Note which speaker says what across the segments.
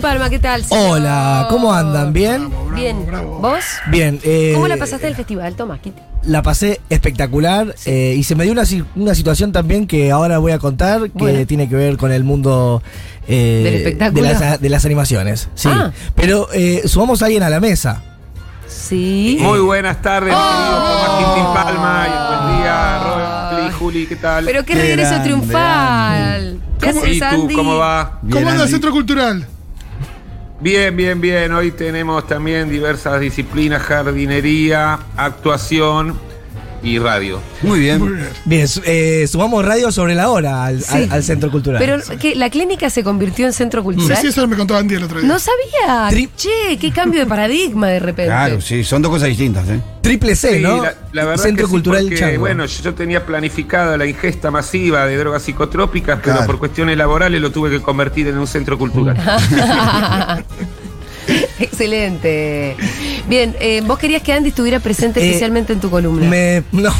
Speaker 1: Palma, ¿qué tal? señor?
Speaker 2: Hola, ¿cómo andan? ¿Bien?
Speaker 1: Bien.
Speaker 3: bravo.
Speaker 1: ¿Vos?
Speaker 2: Bien. eh,
Speaker 1: ¿Cómo la pasaste del festival, Tomás? ¿Qué te-
Speaker 2: La pasé espectacular eh, y se me dio una, si- una situación también que ahora voy a contar que
Speaker 1: Bueno.
Speaker 2: tiene que ver con el mundo eh,
Speaker 1: Del espectáculo.
Speaker 2: De, las, de las animaciones. Sí.
Speaker 1: Ah.
Speaker 2: Pero eh, sumamos a alguien a la mesa.
Speaker 1: Sí.
Speaker 3: Muy buenas
Speaker 1: Oh.
Speaker 3: tardes, querido Tomás Quintín Palma. Y buen día,
Speaker 1: Ah.
Speaker 3: Robert, Lee, Juli, ¿qué tal?
Speaker 1: Pero qué
Speaker 2: Qué
Speaker 1: regreso
Speaker 2: grande,
Speaker 1: triunfal. ¿Qué
Speaker 3: ¿Cómo- ¿Y
Speaker 1: haces,
Speaker 3: tú,
Speaker 1: Andy?
Speaker 3: cómo va?
Speaker 4: ¿Cómo anda el
Speaker 2: Andy.
Speaker 4: Centro Cultural?
Speaker 3: Bien, bien, bien. Hoy tenemos también diversas disciplinas, jardinería, actuación y radio.
Speaker 5: Muy
Speaker 4: Muy
Speaker 5: bien.
Speaker 4: bien.
Speaker 2: Bien, su- eh, sumamos radio sobre la hora al,
Speaker 1: Sí.
Speaker 2: al- al Centro Cultural.
Speaker 1: Pero que la clínica se convirtió en centro
Speaker 4: Sí,
Speaker 1: cultural.
Speaker 4: sí, eso me contó Andy el otro día.
Speaker 1: No sabía.
Speaker 2: Tri-
Speaker 1: che, qué cambio de paradigma de repente.
Speaker 5: Claro, sí, son dos cosas distintas, ¿eh?
Speaker 2: Triple C,
Speaker 3: Sí,
Speaker 2: ¿no?
Speaker 3: la, la verdad
Speaker 2: Centro
Speaker 3: que sí,
Speaker 2: Cultural
Speaker 3: porque,
Speaker 2: Chango.
Speaker 3: Bueno, yo, yo tenía planificada la ingesta masiva de drogas psicotrópicas, pero
Speaker 5: Claro.
Speaker 3: por cuestiones laborales lo tuve que convertir en un centro cultural.
Speaker 1: Excelente. Bien, eh, vos querías que Andy estuviera presente
Speaker 2: Eh,
Speaker 1: especialmente en tu columna.
Speaker 2: Me- no.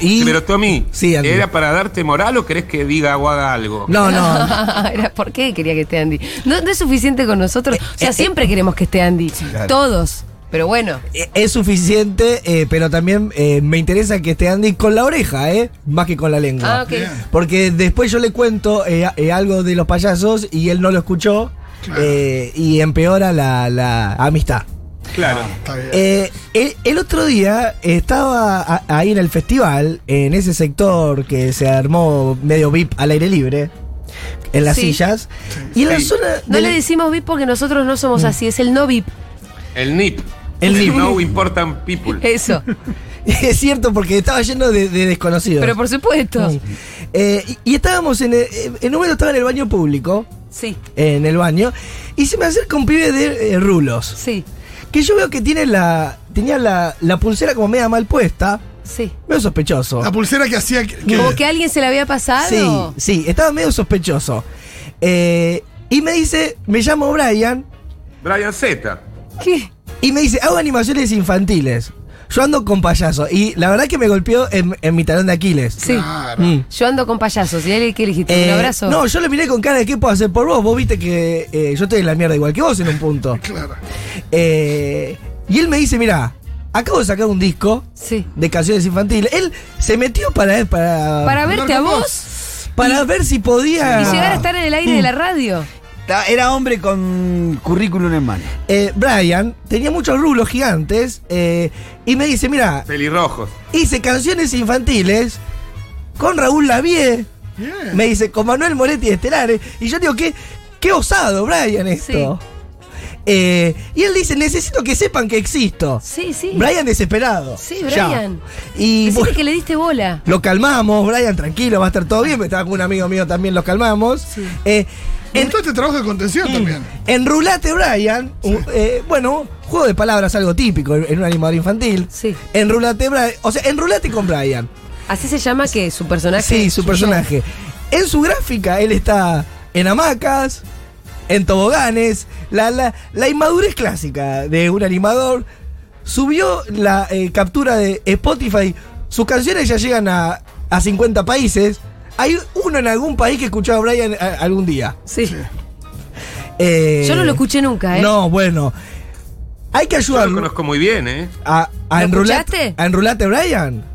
Speaker 2: Y-
Speaker 3: Pero Tommy,
Speaker 2: Sí, Andy.
Speaker 3: ¿era para darte moral o querés que diga o haga algo?
Speaker 2: No, no.
Speaker 1: Era, ¿Por qué quería que esté Andy? No, no es suficiente con nosotros. O sea,
Speaker 2: eh,
Speaker 1: siempre queremos que esté Andy.
Speaker 5: claro.
Speaker 1: Todos. Pero bueno.
Speaker 2: Eh, Es suficiente, eh, pero también eh, me interesa que esté Andy con la oreja, ¿eh? Más que con la lengua.
Speaker 1: Ah, ok.
Speaker 4: Bien.
Speaker 2: Porque después yo le cuento eh, a- eh, algo de los payasos y él no lo escuchó eh, y empeora la, la amistad.
Speaker 3: Claro.
Speaker 4: Está bien.
Speaker 2: Eh, el, el otro día estaba a- ahí en el festival, en ese sector que se armó medio VIP al aire libre, en las
Speaker 1: Sí.
Speaker 2: sillas, y en la
Speaker 3: Sí.
Speaker 2: zona...
Speaker 1: No
Speaker 2: del- e-
Speaker 1: le decimos VIP porque nosotros no
Speaker 2: Mm.
Speaker 1: somos así. Es el no VIP.
Speaker 3: El NIP.
Speaker 2: El NIP.
Speaker 3: No Important People.
Speaker 1: Eso.
Speaker 2: es cierto, porque estaba lleno de, de desconocidos.
Speaker 1: Pero por supuesto.
Speaker 2: Mm. Eh, y, y estábamos en... El, en un momento estaba en el baño público, eh,
Speaker 1: Sí,
Speaker 2: en el baño, y se me acerca un pibe de eh, rulos.
Speaker 1: sí,
Speaker 2: Que yo veo que tiene la. tenía la, la pulsera como media mal puesta.
Speaker 1: sí.
Speaker 2: Medio sospechoso.
Speaker 4: La pulsera que hacía. que- que-
Speaker 1: Como que alguien se la había pasado.
Speaker 2: sí, sí, estaba medio sospechoso. Eh, y me dice, me llamo Brian,
Speaker 3: Brian Z.
Speaker 1: ¿Qué?
Speaker 2: y me dice, hago animaciones infantiles. Yo ando con payaso. Y la verdad que me golpeó en, en mi talón de Aquiles.
Speaker 1: Sí.
Speaker 4: Claro.
Speaker 2: Mm.
Speaker 1: Yo ando con payasos. ¿Y él qué elegiste?
Speaker 2: Eh,
Speaker 1: ¿Un abrazo?
Speaker 2: No, yo le miré con cara de qué puedo hacer por vos. Vos viste que eh, yo estoy en la mierda igual que vos en un punto.
Speaker 4: Claro.
Speaker 2: Eh, y él me dice, mira, acabo de sacar un disco
Speaker 1: Sí.
Speaker 2: de canciones infantiles. Él se metió para... eh, Para,
Speaker 1: Para verte a
Speaker 4: con
Speaker 1: vos
Speaker 2: para ver si podía.
Speaker 1: y llegar a estar en el aire
Speaker 2: Mm.
Speaker 1: de la radio.
Speaker 5: Ta- Era hombre con currículum en mano.
Speaker 2: Eh, Brian tenía muchos rulos gigantes eh, y me dice: Mira,
Speaker 3: Pelirrojos.
Speaker 2: hice canciones infantiles con Raúl Lavie.
Speaker 4: Bien.
Speaker 2: Me dice, con Manuel Moretti de Estelares. Y yo digo, qué, qué osado, Brian, esto. Eh, y él dice, necesito que sepan que existo.
Speaker 1: Sí, sí.
Speaker 2: Brian desesperado.
Speaker 1: Sí,
Speaker 2: Ya.
Speaker 1: Brian.
Speaker 2: Y
Speaker 1: Decime
Speaker 2: bueno,
Speaker 1: que le diste bola.
Speaker 2: lo calmamos, Brian, tranquilo, va a estar todo bien. Estaba con un amigo mío también, los calmamos. Eh,
Speaker 4: Me
Speaker 2: en-
Speaker 4: gustó este trabajo de contención también.
Speaker 2: Enrulate Brian, un- eh, bueno, juego de palabras algo típico en en un animador infantil.
Speaker 1: Sí.
Speaker 2: Enrulate Brian, o sea, enrulate con Brian.
Speaker 1: Así se llama que su personaje.
Speaker 2: Sí, su personaje. En su gráfica él está en hamacas, en toboganes, la, la, la inmadurez clásica de un animador. Subió la eh, captura de Spotify, sus canciones ya llegan a, a 50 países. Hay uno en algún país que escuchó a Brian a- algún día.
Speaker 1: Sí.
Speaker 2: Eh,
Speaker 1: Yo no lo escuché nunca, ¿eh?
Speaker 2: No, bueno. Hay que
Speaker 3: Yo lo
Speaker 2: ayudarlo
Speaker 3: conozco muy bien, ¿eh?
Speaker 2: a, a
Speaker 1: ¿Lo
Speaker 2: enrularte.
Speaker 1: escuchaste?
Speaker 2: A enrularte, Brian.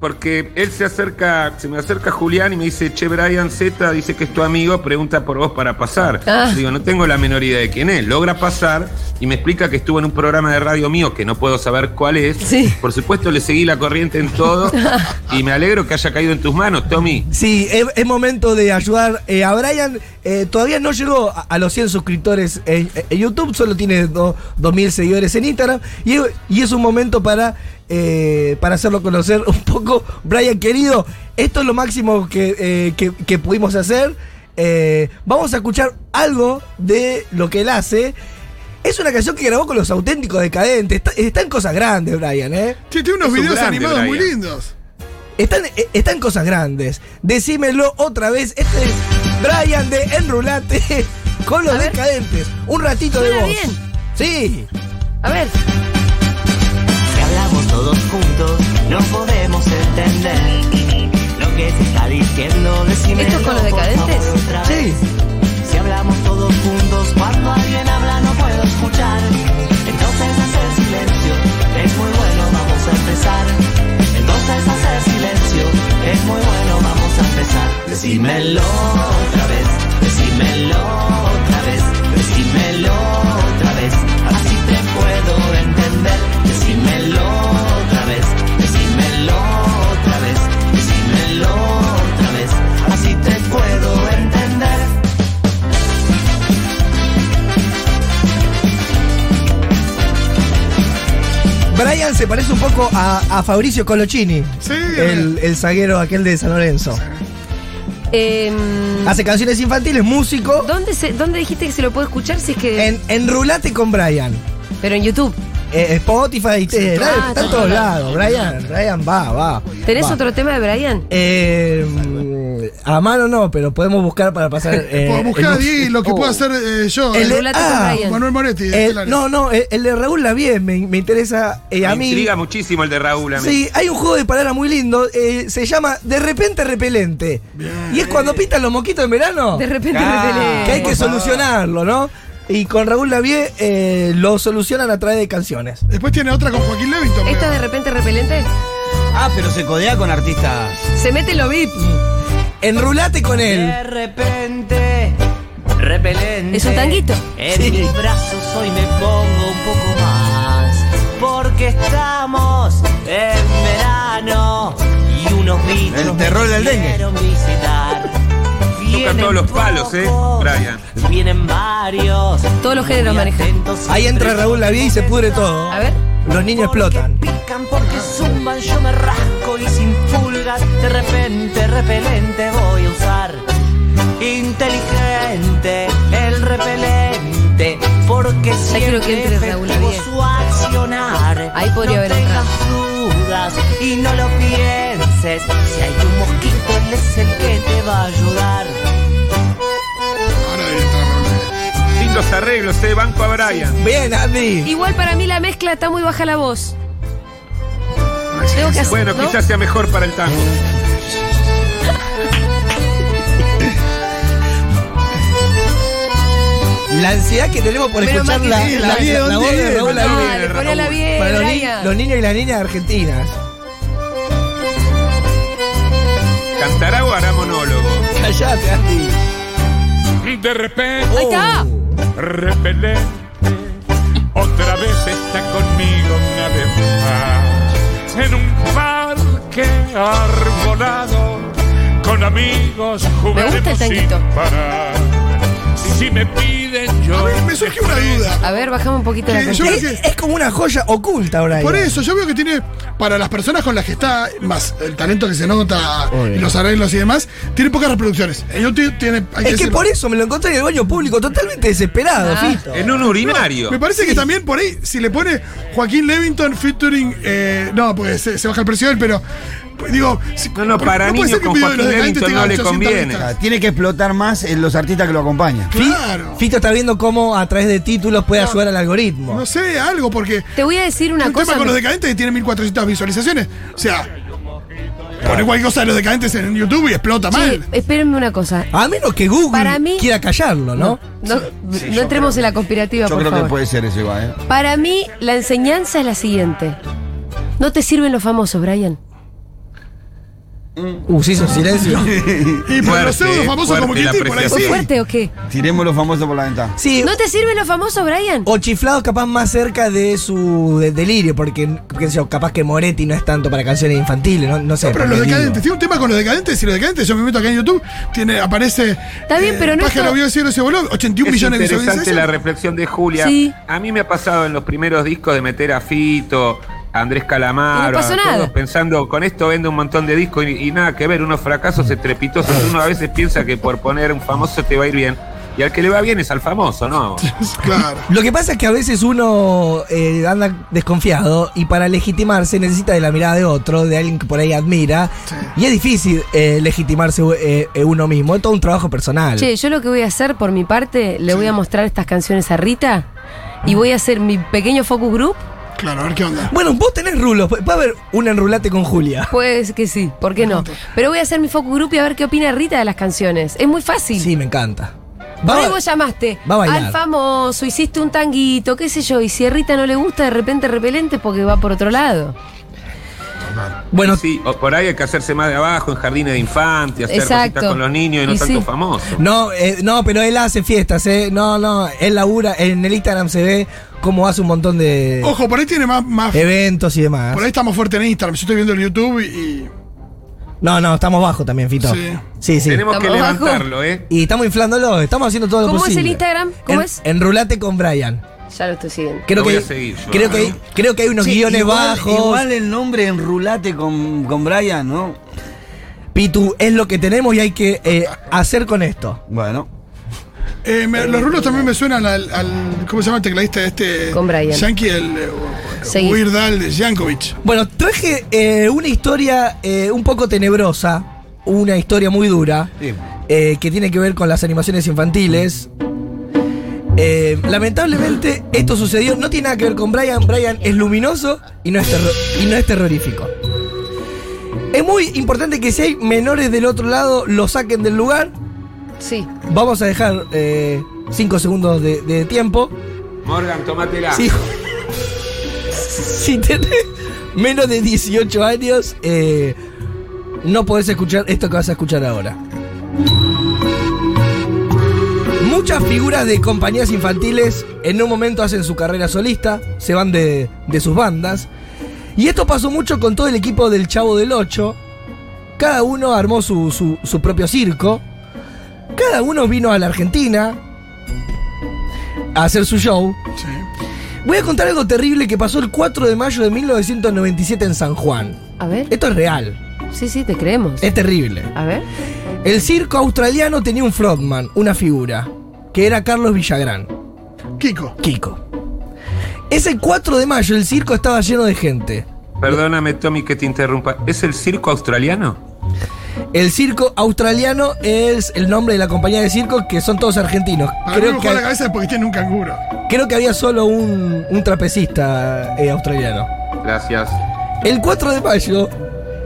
Speaker 3: Porque él se acerca, se me acerca Julián y me dice, che, Brian Z dice que es tu amigo, pregunta por vos para pasar.
Speaker 1: Ah.
Speaker 3: Yo Digo, no tengo la menor idea de quién es. Logra pasar y me explica que estuvo en un programa de radio mío que no puedo saber cuál es.
Speaker 1: Sí.
Speaker 3: Por supuesto, le seguí la corriente en todo y me alegro que haya caído en tus manos, Tommy.
Speaker 2: Sí, es, es momento de ayudar eh, a Brian. eh, todavía no llegó a, a los 100 suscriptores en, en YouTube, solo tiene do- 2.000 seguidores en Instagram. Y, es- y es un momento para, eh, para hacerlo conocer un poco. Brian, querido, esto es lo máximo que, eh, que- que pudimos hacer. Eh, vamos a escuchar algo de lo que él hace. Es una canción que grabó con los auténticos decadentes. Está, está en cosas grandes, Brian, ¿eh?
Speaker 4: Che, tiene
Speaker 3: Es
Speaker 4: unos
Speaker 3: un
Speaker 4: videos
Speaker 3: grande,
Speaker 4: animados muy
Speaker 3: Brian.
Speaker 4: lindos.
Speaker 2: Están, eh, están cosas grandes. Decímelo otra vez. Este es Brian de Enrulate con los
Speaker 1: A ver.
Speaker 2: decadentes. Un ratito de
Speaker 1: Suena
Speaker 2: voz.
Speaker 1: bien.
Speaker 2: Sí.
Speaker 1: A ver.
Speaker 6: Si hablamos todos juntos, no podemos entender lo que se está diciendo. Decime
Speaker 1: ¿Esto es con los decadentes?
Speaker 2: Sí.
Speaker 6: Si hablamos todos juntos, cuando alguien
Speaker 2: Brian se parece un poco a, a Fabricio Colocini,
Speaker 4: Sí.
Speaker 2: el, el zaguero aquel de San Lorenzo.
Speaker 1: Em,
Speaker 2: Hace canciones infantiles, músico,
Speaker 1: ¿dónde, se- ¿Dónde dijiste que se lo puede escuchar? Si es que.
Speaker 2: en, enrulate con Brian.
Speaker 1: Pero en YouTube.
Speaker 2: Eh, Spotify, eh,
Speaker 1: claro.
Speaker 2: está- está en todos lados. Brian, Brian va, va.
Speaker 1: ¿Tenés
Speaker 2: va.
Speaker 1: otro tema de Brian?
Speaker 2: Eh, mm, a mano no, pero podemos buscar para pasar. eh,
Speaker 4: Puedo buscar
Speaker 2: el-
Speaker 4: a Diego lo que puedo hacer eh, yo.
Speaker 2: Oh. El-
Speaker 4: eh,
Speaker 1: Enrulate
Speaker 2: ah,
Speaker 1: con Brian.
Speaker 4: Manuel Moretti. de
Speaker 2: el-
Speaker 4: Estelares.
Speaker 2: no, no, el, el de Raúl la bien, me, me interesa eh, a
Speaker 3: Me
Speaker 2: mí.
Speaker 3: intriga muchísimo el de Raúl Ah, a mí.
Speaker 2: Sí, hay un juego de palabras muy lindo, eh, se llama De repente repelente. Y es cuando pintan los moquitos en verano.
Speaker 1: De repente
Speaker 5: Ah,
Speaker 1: repelé.
Speaker 2: que hay que
Speaker 5: Por favor.
Speaker 2: solucionarlo, ¿no? Y con Raúl Lavie eh, lo solucionan a través de canciones.
Speaker 4: Después tiene otra con Joaquín Levington.
Speaker 1: ¿Esto es
Speaker 4: creo.
Speaker 1: de repente repelente?
Speaker 5: Ah, pero se codea con artistas.
Speaker 1: Se mete lo VIP.
Speaker 2: Enrulate con él.
Speaker 6: De repente, repelente.
Speaker 1: Es un tanguito.
Speaker 6: En mis brazos hoy me pongo un poco más. Porque estamos en verano y unos bichos.
Speaker 5: El
Speaker 6: me
Speaker 5: terror del dengue.
Speaker 6: quisieron visitar. Vienen
Speaker 3: todos los palos, ¿eh,
Speaker 6: pocos,
Speaker 3: Brian?
Speaker 6: Vienen varios.
Speaker 1: Todos los géneros
Speaker 6: Muy
Speaker 1: maneja.
Speaker 6: atentos,
Speaker 2: Ahí entra
Speaker 6: siempre
Speaker 2: Raúl Lavie y se pudre todo.
Speaker 1: A ver.
Speaker 2: Los niños
Speaker 6: porque
Speaker 2: explotan.
Speaker 6: pican, porque zumban, yo me rasco y sin pulgas de repente repelente voy a usar. Inteligente el repelente, porque
Speaker 1: quiero
Speaker 6: siempre
Speaker 1: que entre Raúl
Speaker 6: efectivo
Speaker 1: Lavie.
Speaker 6: su accionar.
Speaker 1: Ahí podría
Speaker 6: no
Speaker 1: haber
Speaker 6: tengas dudas y no lo pienses. Si hay un mosquito, él es el que te va a ayudar.
Speaker 4: Ahora ahí entra Raúl.
Speaker 3: Lindos arreglos, ¿eh? Banco a Brian.
Speaker 2: Bien, Andy.
Speaker 1: Igual para mí la mezcla está muy baja la voz. Tengo que hacer,
Speaker 3: Bueno,
Speaker 1: ¿no?
Speaker 3: quizás sea mejor para el tango.
Speaker 2: La ansiedad que tenemos por
Speaker 1: Pero
Speaker 2: escuchar
Speaker 1: más que
Speaker 2: la,
Speaker 1: sí,
Speaker 2: la-
Speaker 4: la
Speaker 2: la
Speaker 4: Lavie,
Speaker 2: voz
Speaker 4: ¿dónde
Speaker 2: de Raúl
Speaker 1: No,
Speaker 2: Lavie.
Speaker 1: le ponía la bien,
Speaker 2: Para los, ni-
Speaker 1: Brian.
Speaker 2: los niños y las niñas argentinas.
Speaker 3: ¿Cantará o hará monólogo?
Speaker 2: Callate, Andy. Oh.
Speaker 7: De repente,
Speaker 1: Ahí está.
Speaker 7: repelente, otra vez está conmigo una vez más. En un parque arbolado, con amigos
Speaker 1: gusta el
Speaker 7: jugaremos sin
Speaker 1: tanguito.
Speaker 7: parar. Si me piden yo...
Speaker 4: A mí me surgió una
Speaker 7: les
Speaker 4: duda.
Speaker 1: A ver, bajamos un poquito la
Speaker 4: Que
Speaker 1: canción.
Speaker 4: yo-
Speaker 2: Es, es como una joya oculta, Brian.
Speaker 4: Por eso, yo veo que tiene, para las personas con las que está, más el talento que se nota, y los arreglos y demás, tiene pocas reproducciones. Ellos tiene, hay
Speaker 2: Es que
Speaker 4: decirlo.
Speaker 2: por eso me lo encontré en el baño público, totalmente desesperado,
Speaker 1: Ah.
Speaker 2: Fito.
Speaker 3: En un urinario.
Speaker 4: Me parece que también por ahí, si le pone Joaquín Levington featuring. eh, no, porque se, se baja el precio de él, pero. pues, Digo, si-
Speaker 3: No, no,
Speaker 4: por-
Speaker 3: para
Speaker 4: puede
Speaker 3: niños
Speaker 4: ser que
Speaker 3: con
Speaker 4: pidió
Speaker 3: Joaquín
Speaker 4: los de antes
Speaker 3: Levington
Speaker 4: tenga
Speaker 3: no le
Speaker 4: 800
Speaker 3: conviene.
Speaker 4: vistas.
Speaker 5: Tiene que explotar más eh, los artistas que lo acompañan.
Speaker 2: Fi-
Speaker 4: Claro.
Speaker 2: Fito está viendo cómo a través de títulos puede ayudar al algoritmo.
Speaker 4: No sé, algo, porque.
Speaker 1: Te voy a decir una
Speaker 4: Un tema
Speaker 1: cosa.
Speaker 4: con los decadentes que tiene 1400 visualizaciones. O sea, pone cualquier cosa de los decadentes en YouTube y explota
Speaker 1: Che,
Speaker 4: mal.
Speaker 1: espérenme una cosa.
Speaker 2: A menos que Google
Speaker 1: Para mí-
Speaker 2: quiera callarlo, ¿no?
Speaker 1: No, no
Speaker 5: yo
Speaker 1: entremos en la conspirativa,
Speaker 5: Yo
Speaker 1: por
Speaker 5: creo
Speaker 1: favor.
Speaker 5: que puede ser eso igual, ¿eh?
Speaker 1: Para mí, la enseñanza es la siguiente. No te sirven los famosos, Brian.
Speaker 2: Uh, se hizo silencio.
Speaker 5: ¿eh?
Speaker 4: Y por los
Speaker 3: Fuerte,
Speaker 4: pseudo famosos
Speaker 3: fuerte
Speaker 4: como
Speaker 3: la
Speaker 4: Kitty, por ahí
Speaker 1: ¿Fue
Speaker 4: sí.
Speaker 3: apreciación.
Speaker 1: fuerte o qué?
Speaker 5: Tiremos los famosos por la ventana.
Speaker 2: Sí,
Speaker 1: ¿No te sirven los famosos, Brian?
Speaker 2: o chiflados capaz más cerca de su de- delirio, porque qué sé yo, capaz que Moretti no es tanto para canciones infantiles, no, no sé.
Speaker 4: Pero
Speaker 2: porque
Speaker 4: los
Speaker 2: digo.
Speaker 4: decadentes, tiene un tema con los decadentes y los decadentes, yo me meto acá en YouTube, tiene, aparece. Está
Speaker 1: bien, pero no
Speaker 4: Pájaro
Speaker 1: esto-
Speaker 4: vio el cielo se voló, 81
Speaker 3: Es
Speaker 4: millones de
Speaker 3: interesante la
Speaker 4: visualizaciones.
Speaker 3: reflexión de Julia.
Speaker 1: Sí.
Speaker 3: A mí me ha pasado en los primeros discos de meter a Fito, a Andrés Calamaro,
Speaker 1: Y no pasó
Speaker 3: a todos
Speaker 1: nada.
Speaker 3: pensando, con esto vendo un montón de discos y, y nada que ver, unos fracasos estrepitosos. Uno a veces piensa que por poner un famoso te va a ir bien. Y al que le va bien es al famoso, ¿no?
Speaker 4: Claro.
Speaker 2: Lo que pasa es que a veces uno eh, anda desconfiado y para legitimarse necesita de la mirada de otro, de alguien que por ahí admira. Y es difícil eh, legitimarse eh, eh, uno mismo, es todo un trabajo personal.
Speaker 1: Che, yo lo que voy a hacer por mi parte, le voy a mostrar estas canciones a Rita y voy a hacer mi pequeño focus group.
Speaker 4: Claro, a ver qué onda.
Speaker 2: Bueno, vos tenés rulos, va a haber un enrulate con Julia.
Speaker 1: Pues que sí, ¿por qué no? Pero voy a hacer mi focus group y a ver qué opina Rita de las canciones. Es muy fácil.
Speaker 2: Sí, me encanta. Va
Speaker 1: Por ahí
Speaker 2: a-
Speaker 1: vos llamaste
Speaker 2: va a bailar.
Speaker 1: al famoso, hiciste un tanguito, qué sé yo, y si a Rita no le gusta, de repente repelente porque va por otro lado.
Speaker 2: Bueno,
Speaker 3: Sí, o por ahí hay que hacerse más de abajo, en jardines de infantes, hacer
Speaker 1: Exacto.
Speaker 3: cositas con los niños y no
Speaker 1: Y
Speaker 3: tanto
Speaker 1: sí.
Speaker 3: famoso.
Speaker 2: No, eh, no, pero él hace fiestas, ¿eh? No, no, él labura, en el Instagram se ve cómo hace un montón de
Speaker 4: Ojo, por ahí tiene más. más
Speaker 2: eventos y demás.
Speaker 4: por ahí está más fuerte en Instagram. Yo estoy viendo el YouTube y.
Speaker 2: No, no, estamos bajo también, Fito.
Speaker 4: Sí.
Speaker 2: sí. sí.
Speaker 3: Tenemos que
Speaker 1: Estamos abajo.
Speaker 3: levantarlo, ¿eh?
Speaker 2: Y estamos inflándolo, estamos haciendo todo lo
Speaker 1: ¿Cómo es
Speaker 2: posible.
Speaker 1: el Instagram? ¿Cómo es?
Speaker 2: Enrulate con Brian.
Speaker 1: Ya lo estoy siguiendo.
Speaker 2: Creo
Speaker 3: Lo
Speaker 2: que,
Speaker 3: voy
Speaker 2: hay-
Speaker 3: a seguir yo,
Speaker 2: creo,
Speaker 3: ¿no?
Speaker 2: que, hay- creo que hay unos
Speaker 5: Sí,
Speaker 2: guiones
Speaker 5: igual-
Speaker 2: bajos.
Speaker 5: Igual el nombre enrulate con, con Brian, ¿no?
Speaker 2: Pitu, es lo que tenemos y hay que eh, hacer con esto.
Speaker 5: Bueno.
Speaker 4: Eh, me- los rulos también me suenan al, al- ¿Cómo se llama el tecladista este?
Speaker 1: Con Brian.
Speaker 4: Yankee, el. eh,
Speaker 1: Seguí.
Speaker 4: Weird Al Yankovic.
Speaker 2: Bueno, traje eh, una historia eh, un poco tenebrosa, una historia muy dura,
Speaker 5: Sí.
Speaker 2: eh, que tiene que ver con las animaciones infantiles. Eh, lamentablemente esto sucedió, no tiene nada que ver con Brian, Brian es luminoso y no es, terro- y no es terrorífico. Es muy importante que si hay menores del otro lado lo saquen del lugar.
Speaker 1: Sí.
Speaker 2: Vamos a dejar 5 segundos de, de tiempo.
Speaker 3: Morgan, tomátela.
Speaker 2: Si, si tenés menos de 18 años, eh, no podés escuchar esto que vas a escuchar ahora. Muchas figuras de compañías infantiles en un momento hacen su carrera solista, se van de, de sus bandas. Y esto pasó mucho con todo el equipo del Chavo del 8. Cada uno armó su, su- su propio circo. Cada uno vino a la Argentina a hacer su show. Voy a contar algo terrible que pasó el 4 de mayo de 1997 en San Juan.
Speaker 1: A ver.
Speaker 2: Esto es real,
Speaker 1: Sí, sí, te creemos.
Speaker 2: es terrible.
Speaker 1: A ver.
Speaker 2: El circo australiano tenía un frontman, una figura, que era Carlos Villagrán,
Speaker 4: Kiko.
Speaker 2: Kiko. Ese 4 de mayo el circo estaba lleno de gente.
Speaker 3: Perdóname, Tommy, que te interrumpa. ¿Es el circo australiano?
Speaker 2: El circo australiano es el nombre de la compañía de circo que son todos argentinos.
Speaker 4: Para mí me
Speaker 2: Creo que,
Speaker 4: juega la cabeza es porque tiene un canguro.
Speaker 2: creo que había solo un, un trapecista eh, australiano.
Speaker 3: Gracias.
Speaker 2: El 4 de mayo,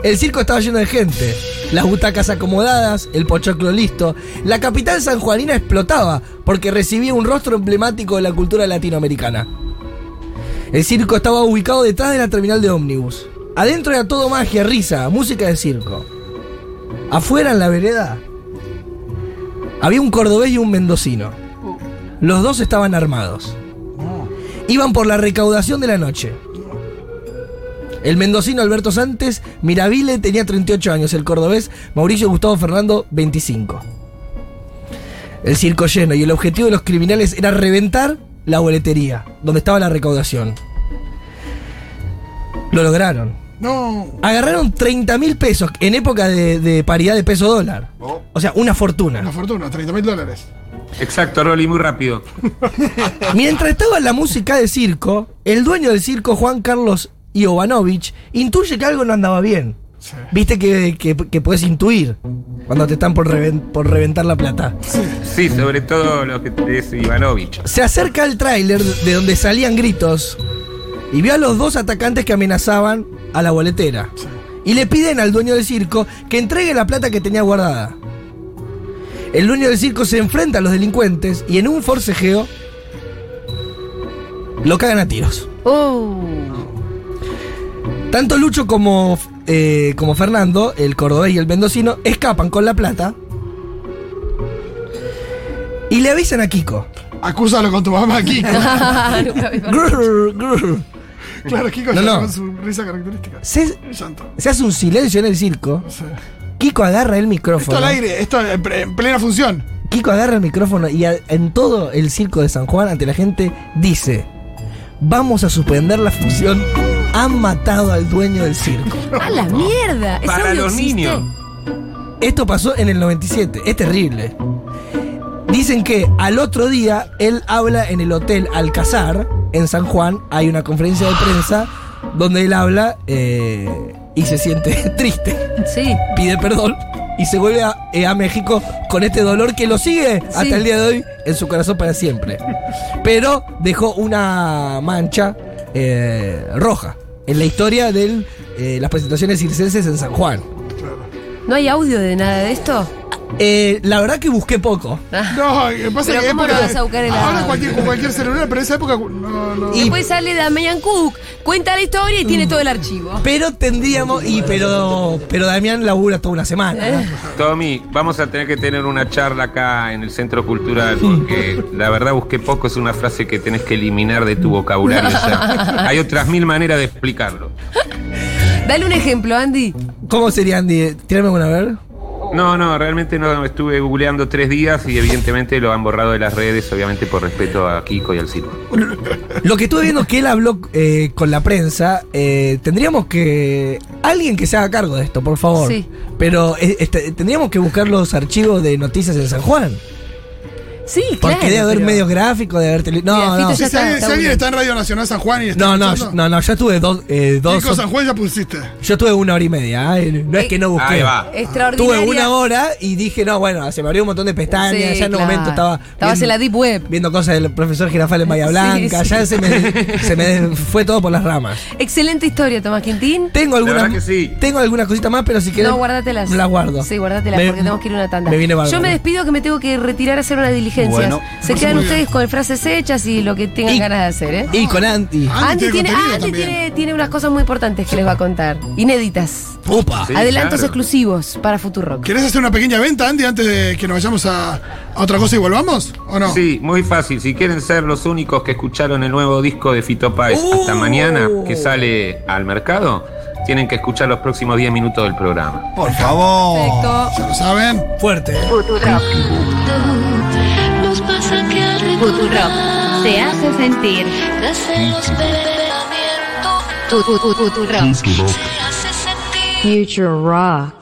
Speaker 2: el circo estaba lleno de gente. Las butacas acomodadas, el pochoclo listo. La capital sanjuanina explotaba porque recibía un rostro emblemático de la cultura latinoamericana. El circo estaba ubicado detrás de la terminal de ómnibus. Adentro era todo magia, risa, música de circo. Afuera en la vereda había un cordobés y un mendocino. Los dos estaban armados. Iban por la recaudación de la noche. El mendocino Alberto Santos Miravile tenía 38 años, el cordobés Mauricio Gustavo Fernando 25. El circo lleno y el objetivo de los criminales era reventar la boletería, donde estaba la recaudación. Lo lograron.
Speaker 4: No.
Speaker 2: Agarraron 30 mil pesos en época de, de paridad de peso dólar. O sea, una fortuna.
Speaker 4: Una fortuna, 30 mil dólares.
Speaker 3: Exacto, Rolly, muy rápido.
Speaker 2: Mientras estaba la música de circo, el dueño del circo, Juan Carlos Iovanovich, intuye que algo no andaba bien.
Speaker 4: Sí.
Speaker 2: Viste que, que, que puedes intuir cuando te están por, reven- por reventar la plata.
Speaker 3: Sí, sobre todo lo que es Ivanovich.
Speaker 2: Se acerca al tráiler de donde salían gritos y vio a los dos atacantes que amenazaban a la boletera. Y le piden al dueño del circo que entregue la plata que tenía guardada. El dueño del circo se enfrenta a los delincuentes y en un forcejeo lo cagan a tiros.
Speaker 1: Oh.
Speaker 2: Tanto Lucho como, eh, como Fernando, el cordobés y el mendocino, escapan con la plata y le avisan a Kiko.
Speaker 4: Acúsalo con tu mamá, Kiko.
Speaker 1: Nunca me imaginé.
Speaker 2: Grrr, grrr.
Speaker 4: claro, Kiko
Speaker 2: No,
Speaker 4: ya
Speaker 2: no.
Speaker 4: con su risa característica.
Speaker 2: Se,
Speaker 4: Santo.
Speaker 2: se hace un silencio en el circo.
Speaker 4: Sí.
Speaker 2: Kiko agarra el
Speaker 4: Esto
Speaker 2: micrófono.
Speaker 4: al aire, esto en pre- en plena función.
Speaker 2: Kiko agarra el micrófono y a- en todo el circo de San Juan ante la gente dice, vamos a suspender la función. Han matado al dueño del circo.
Speaker 1: ¡A la mierda! ¿Ese
Speaker 3: Para
Speaker 1: audio
Speaker 3: los
Speaker 1: existe?
Speaker 3: niños.
Speaker 2: Esto pasó en el 97, es terrible. Dicen que al otro día él habla en el hotel Alcazar, en San Juan, hay una conferencia de prensa donde él habla eh, y se siente triste,
Speaker 1: Sí.
Speaker 2: pide perdón y se vuelve a, eh, a México con este dolor que lo sigue
Speaker 1: Sí.
Speaker 2: hasta el día de hoy en su corazón para siempre. Pero dejó una mancha eh, roja en la historia de las presentaciones circenses en San Juan.
Speaker 1: ¿No hay audio de nada de esto? Ah.
Speaker 2: Eh, la verdad que busqué poco.
Speaker 4: No, eh, pasa
Speaker 1: Pero
Speaker 4: que
Speaker 1: ¿cómo
Speaker 4: época
Speaker 1: lo vas
Speaker 4: de-
Speaker 1: a buscar el
Speaker 4: Ahora
Speaker 1: audio?
Speaker 4: cualquier, con cualquier celular, pero en esa época. No, no.
Speaker 2: Y-
Speaker 1: Después sale Damián Cook, cuenta la historia y tiene todo el archivo.
Speaker 2: Pero tendríamos. Y pero. Pero Damián labura toda una
Speaker 1: Eh.
Speaker 2: semana. ¿no?
Speaker 3: Tommy, vamos a tener que tener una charla acá en el Centro Cultural, porque la verdad busqué poco, es una frase que tenés que eliminar de tu vocabulario. ya. Hay otras mil maneras de explicarlo.
Speaker 1: Dale un ejemplo, Andy.
Speaker 2: ¿Cómo sería Andy? Tírame una a ver.
Speaker 3: No, no, realmente no estuve googleando tres días y evidentemente lo han borrado de las redes, obviamente por respeto a Kiko y al Silva.
Speaker 2: Lo que estuve viendo que él habló eh, con la prensa, eh, tendríamos que. Alguien que se haga cargo de esto, por favor.
Speaker 1: Sí.
Speaker 2: Pero eh, este, tendríamos que buscar los archivos de noticias en San Juan.
Speaker 1: Sí, claro.
Speaker 2: Porque debe haber
Speaker 1: pero-
Speaker 2: medios gráficos, debe haber tele...
Speaker 1: Mira,
Speaker 2: No, no.
Speaker 1: Fito
Speaker 4: Si,
Speaker 1: Ya está,
Speaker 4: alguien-
Speaker 1: está
Speaker 4: si alguien
Speaker 1: bueno.
Speaker 4: está en Radio Nacional San Juan y está
Speaker 2: No, no, yo-
Speaker 4: escuchando,
Speaker 2: no, no, yo tuve dos. eh, dos
Speaker 4: Nico San Juan ya pusiste.
Speaker 2: yo tuve una hora y media. eh, No es que no busqué.
Speaker 3: Ahí va.
Speaker 1: Extraordinaria.
Speaker 2: Tuve una hora y dije, no, bueno, se me abrió un montón de pestañas.
Speaker 1: Sí,
Speaker 2: ya en
Speaker 1: claro.
Speaker 2: un momento estaba.
Speaker 1: Estabas en la Deep Web.
Speaker 2: Viendo cosas del profesor Girafal en Bahía
Speaker 1: Sí,
Speaker 2: Blanca.
Speaker 1: sí.
Speaker 2: Ya se me, se me des- fue todo por las ramas.
Speaker 1: Excelente historia, Tomás Quintín.
Speaker 2: Tengo algunas,
Speaker 3: verdad que sí.
Speaker 2: tengo algunas cositas más, pero si querés.
Speaker 1: no, guárdatelas.
Speaker 2: Las guardo.
Speaker 1: Sí, guárdatelas
Speaker 2: Me-
Speaker 1: porque tenemos que ir a una tanda.
Speaker 2: Me viene bárbaro.
Speaker 1: Yo me despido que me tengo que retirar a hacer unas diligencias.
Speaker 5: Bueno.
Speaker 1: Se quedan ustedes con frases hechas y lo que tengan
Speaker 2: Y-
Speaker 1: ganas de hacer, ¿eh?
Speaker 2: Y con Andy.
Speaker 4: Andy
Speaker 1: Andy, tiene,
Speaker 4: tiene contenido
Speaker 1: Andy
Speaker 4: también.
Speaker 1: tiene, tiene unas cosas muy importantes que les va a contar. Inéditas.
Speaker 2: Opa.
Speaker 3: Sí,
Speaker 1: Adelantos
Speaker 3: claro.
Speaker 1: exclusivos para Futurock.
Speaker 4: ¿Querés hacer una pequeña venta, Andy, antes de que nos vayamos a, a otra cosa y volvamos? ¿O no?
Speaker 3: Sí, muy fácil. Si quieren ser los únicos que escucharon el nuevo disco de Fito Páez hasta mañana que sale al mercado, tienen que escuchar los próximos 10 minutos del programa.
Speaker 5: Por favor.
Speaker 1: Perfecto.
Speaker 4: Ya lo saben.
Speaker 2: Fuerte. eh.
Speaker 8: Nos pasa que al
Speaker 9: Futurock se hace sentir.
Speaker 8: Hacemos pensamiento,
Speaker 9: Futurock.
Speaker 8: te hace sentir.
Speaker 9: Future Rock.